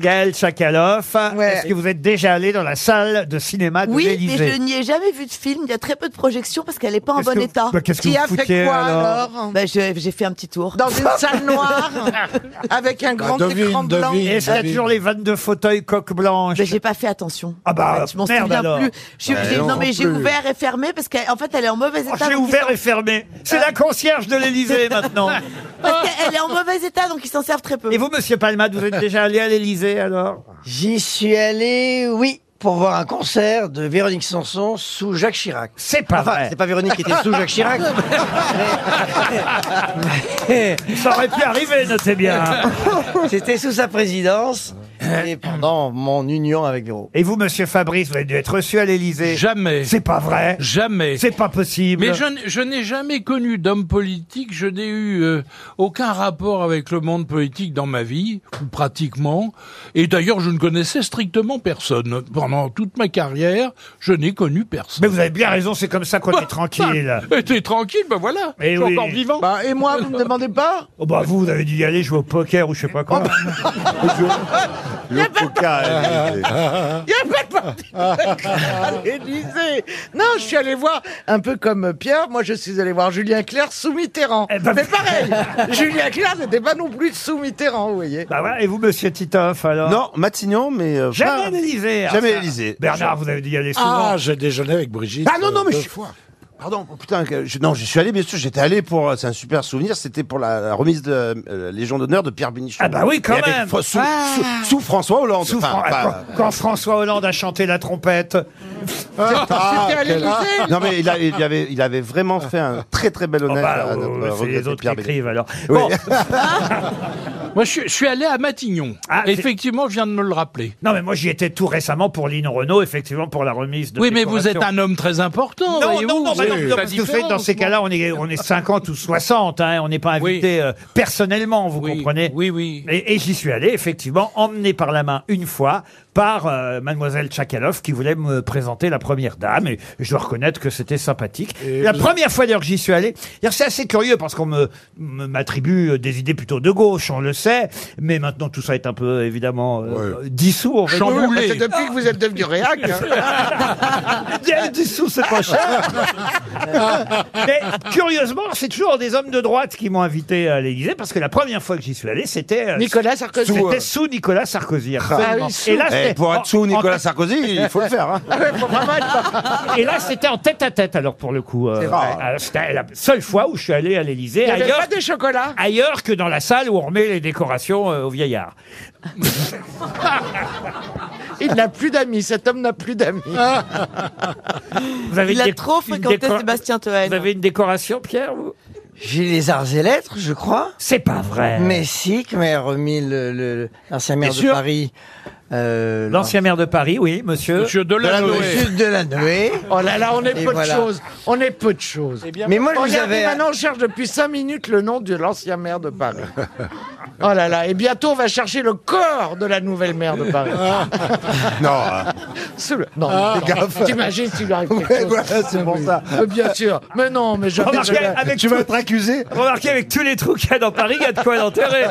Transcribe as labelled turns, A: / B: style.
A: Gaël Chakaloff,
B: Ouais.
A: est-ce que vous êtes déjà allé dans la salle de cinéma de
C: Oui, mais
A: l'Élysée
C: je n'y ai jamais vu de film. Il y a très peu de projections parce qu'elle n'est pas en
A: Qu'est-ce
C: bon
A: que vous-
C: état.
A: bah, Qu'est-ce que
B: Qui
A: vous
B: a
A: foutiez
B: fait quoi alors,
C: Bah, je- J'ai fait un petit tour.
B: Dans une salle noire avec un grand
D: devine,
B: écran blanc.
D: devine.
A: Est-ce qu'il y a
D: David.
A: toujours les 22 fauteuils coque blanche
C: Mais j'ai pas fait attention.
A: Ah bah,
C: En fait, je m'en
A: merde
C: souviens
A: alors.
C: plus. Je-
D: Bah,
C: j'ai-
D: non,
C: non mais
D: non
C: j'ai
D: plus.
C: ouvert et fermé parce qu'en fait elle est en mauvais état.
A: Oh, J'ai
C: donc ils
A: ouvert
C: s'en-
A: et fermé. C'est la concierge de l'Élysée maintenant.
C: Parce qu'elle est en mauvais état donc ils s'en servent très peu.
A: Et vous, monsieur Palmade, vous êtes déjà allé à l'Élysée alors
E: J'y suis allé, oui, pour voir un concert de Véronique Sanson sous Jacques Chirac.
A: C'est pas
E: Enfin,
A: vrai.
E: c'est pas Véronique qui était sous Jacques Chirac. Mais-
A: Ça aurait pu arriver, notez bien.
E: C'était sous sa présidence et pendant mon union avec Véro.
A: Et vous, monsieur Fabrice, vous avez dû être reçu à l'Élysée.
F: Jamais.
A: C'est pas vrai.
F: Jamais.
A: C'est pas possible.
F: Mais je, n- je n'ai jamais connu d'homme politique, je n'ai eu euh, aucun rapport avec le monde politique dans ma vie, ou pratiquement. Et d'ailleurs, je ne connaissais strictement personne. Pendant toute ma carrière, je n'ai connu personne.
A: Mais vous avez bien raison, c'est comme ça
F: Bah,
A: qu'on est tranquille.
F: Et t'es tranquille, ben voilà,
A: Eh
F: je suis
A: oui.
F: encore vivant.
B: Bah, et moi, vous me demandez pas
A: Oh bah vous, vous avez dû y aller jouer au poker ou je sais pas
F: Oh,
A: quoi.
D: Le
B: Ah,
F: Ah,
D: coca.
B: Il n'y a pas de parti à l'Élysée. Non, je suis allé voir, un peu comme Pierre, moi je suis allé voir Julien Clerc sous Mitterrand.
A: Eh ben-
B: Mais pareil, Julien Clerc n'était pas non plus sous Mitterrand, vous voyez.
A: bah voilà, et vous, monsieur Titoff, alors
D: Non, Matignon, mais. euh,
A: Jamais
D: pas-
A: à l'Élysée. alors
D: Jamais
A: ça.
D: à l'Élysée.
A: Bernard, vous avez dû y aller souvent.
G: Ah, j'ai déjeuné avec Brigitte.
D: Ah non, non,
G: euh,
D: mais
G: deux
D: je-
G: fois.
D: Pardon, oh, putain, que- je- non, je suis allé, bien sûr, j'étais allé pour, euh, c'est un super souvenir, c'était pour la, la remise de euh, la Légion d'honneur de Pierre Bénichou.
A: Ah bah oui, quand
D: Et avec
A: même. Ah.
D: Fr- sous, sous- sous François Hollande.
A: Sous
D: Enfin,
A: Fran- Ah,
D: pas- euh,
A: quand, quand François Hollande a chanté la trompette.
D: Ah,
B: C'était à
D: quel-
B: l'Élysée.
D: Non mais il, a- il avait, il avait vraiment fait un très très bel
A: Oh
D: honneur
A: bah,
D: à notre
A: euh, c'est les
D: regretté
A: autres qui
D: Pierre Bénichou.
A: écrivent alors.
D: Oui.
A: Bon,
F: Moi, je, suis- je suis allé à Matignon.
A: Ah, c'est-
F: Effectivement, je viens de me le rappeler.
A: non mais moi j'y étais tout récemment pour Lino Renault, effectivement pour la remise de
F: oui, mais vous êtes
A: décoration.
F: un homme très
A: Non,
F: important,
A: non,
F: voyez-vous.
A: non, bah non,
F: C'est
A: non,
F: la
A: parce que vous savez, dans
F: différence,
A: ces
F: moi.
A: cas-là, on est, on est 50 ou 60, hein, on n'est pas
F: Oui.
A: invité euh, personnellement, vous
F: Oui,
A: comprenez
F: oui, oui.
A: Et, et j'y suis allé, effectivement, emmené par la main une fois par euh, mademoiselle Tchakaloff qui voulait me présenter la première dame. Et je dois reconnaître que c'était sympathique.
G: Et
A: la
G: vous-
A: première fois d'ailleurs que j'y suis allé, d'ailleurs, c'est assez curieux parce qu'on me me- m'attribue euh, des idées plutôt de gauche, on le sait. Mais maintenant, tout ça est un peu, évidemment, euh, dissous. on va dire.
B: Oui, parce
F: Chamboulé.
B: que depuis que vous êtes devenu réac, hein.
A: Bien Eh, dissous, c'est pas cher. Mais curieusement, c'est toujours des hommes de droite qui m'ont invité à l'Élysée parce que la première fois que j'y suis allé, c'était... euh,
B: Nicolas Sarkozy.
A: C'était sous Nicolas Sarkozy. absolument.
B: euh, oui, sous.
A: là,
D: Eh,
A: c'était-
D: pour
A: en-
D: être sous
A: en-
D: Nicolas Sarkozy, il faut le faire. hein.
B: Faut vraiment être-
A: Et là, c'était en tête à tête, alors pour le coup. euh,
B: C'est vrai.
A: euh, C'était la seule fois où je suis allé à l'Élysée,
B: Il n'y avait
A: ailleurs,
B: pas des chocolats
A: ailleurs que dans la salle où on remet les décorations euh, aux vieillards.
B: Il n'a plus d'amis, cet homme n'a plus d'amis.
A: Vous avez
C: Il
A: une
C: a
A: déco-
C: trop
A: une
C: fréquenté
A: déco-
C: Sébastien Toen.
A: Vous avez une décoration, Pierre vous
E: J'ai les arts et lettres, je crois.
A: C'est pas vrai.
E: Mais si, qui m'a remis le- le- l'ancien maire
A: Euh. Bien
E: de
A: sûr.
E: Paris. euh,
A: L'ancien maire de Paris, oui, monsieur.
F: Monsieur Delanoë.
E: Juste de la Noé.
B: Oh là là, on est
E: Et
B: peu
E: voilà.
B: de choses. On est peu de choses.
E: Mais moi, je vous
B: Regardez,
E: avais.
B: maintenant on cherche depuis 5 minutes le nom de l'ancien maire de Paris. Oh là là, et bientôt on va chercher le corps de la nouvelle maire de Paris.
D: Non, euh,
B: Sous le- Non, mais attends, t'imagines s'il lui arrive quelque
D: ouais,
B: chose.
D: voilà, c'est pour ça.
B: Mais Euh, bien sûr, mais non, mais jamais.
A: Remarquez,
B: jamais.
A: avec
D: Tu
A: tout-
D: vas être accusé
A: remarquez, avec tous les trous qu'il y a dans Paris, il y a de quoi l'enterrer.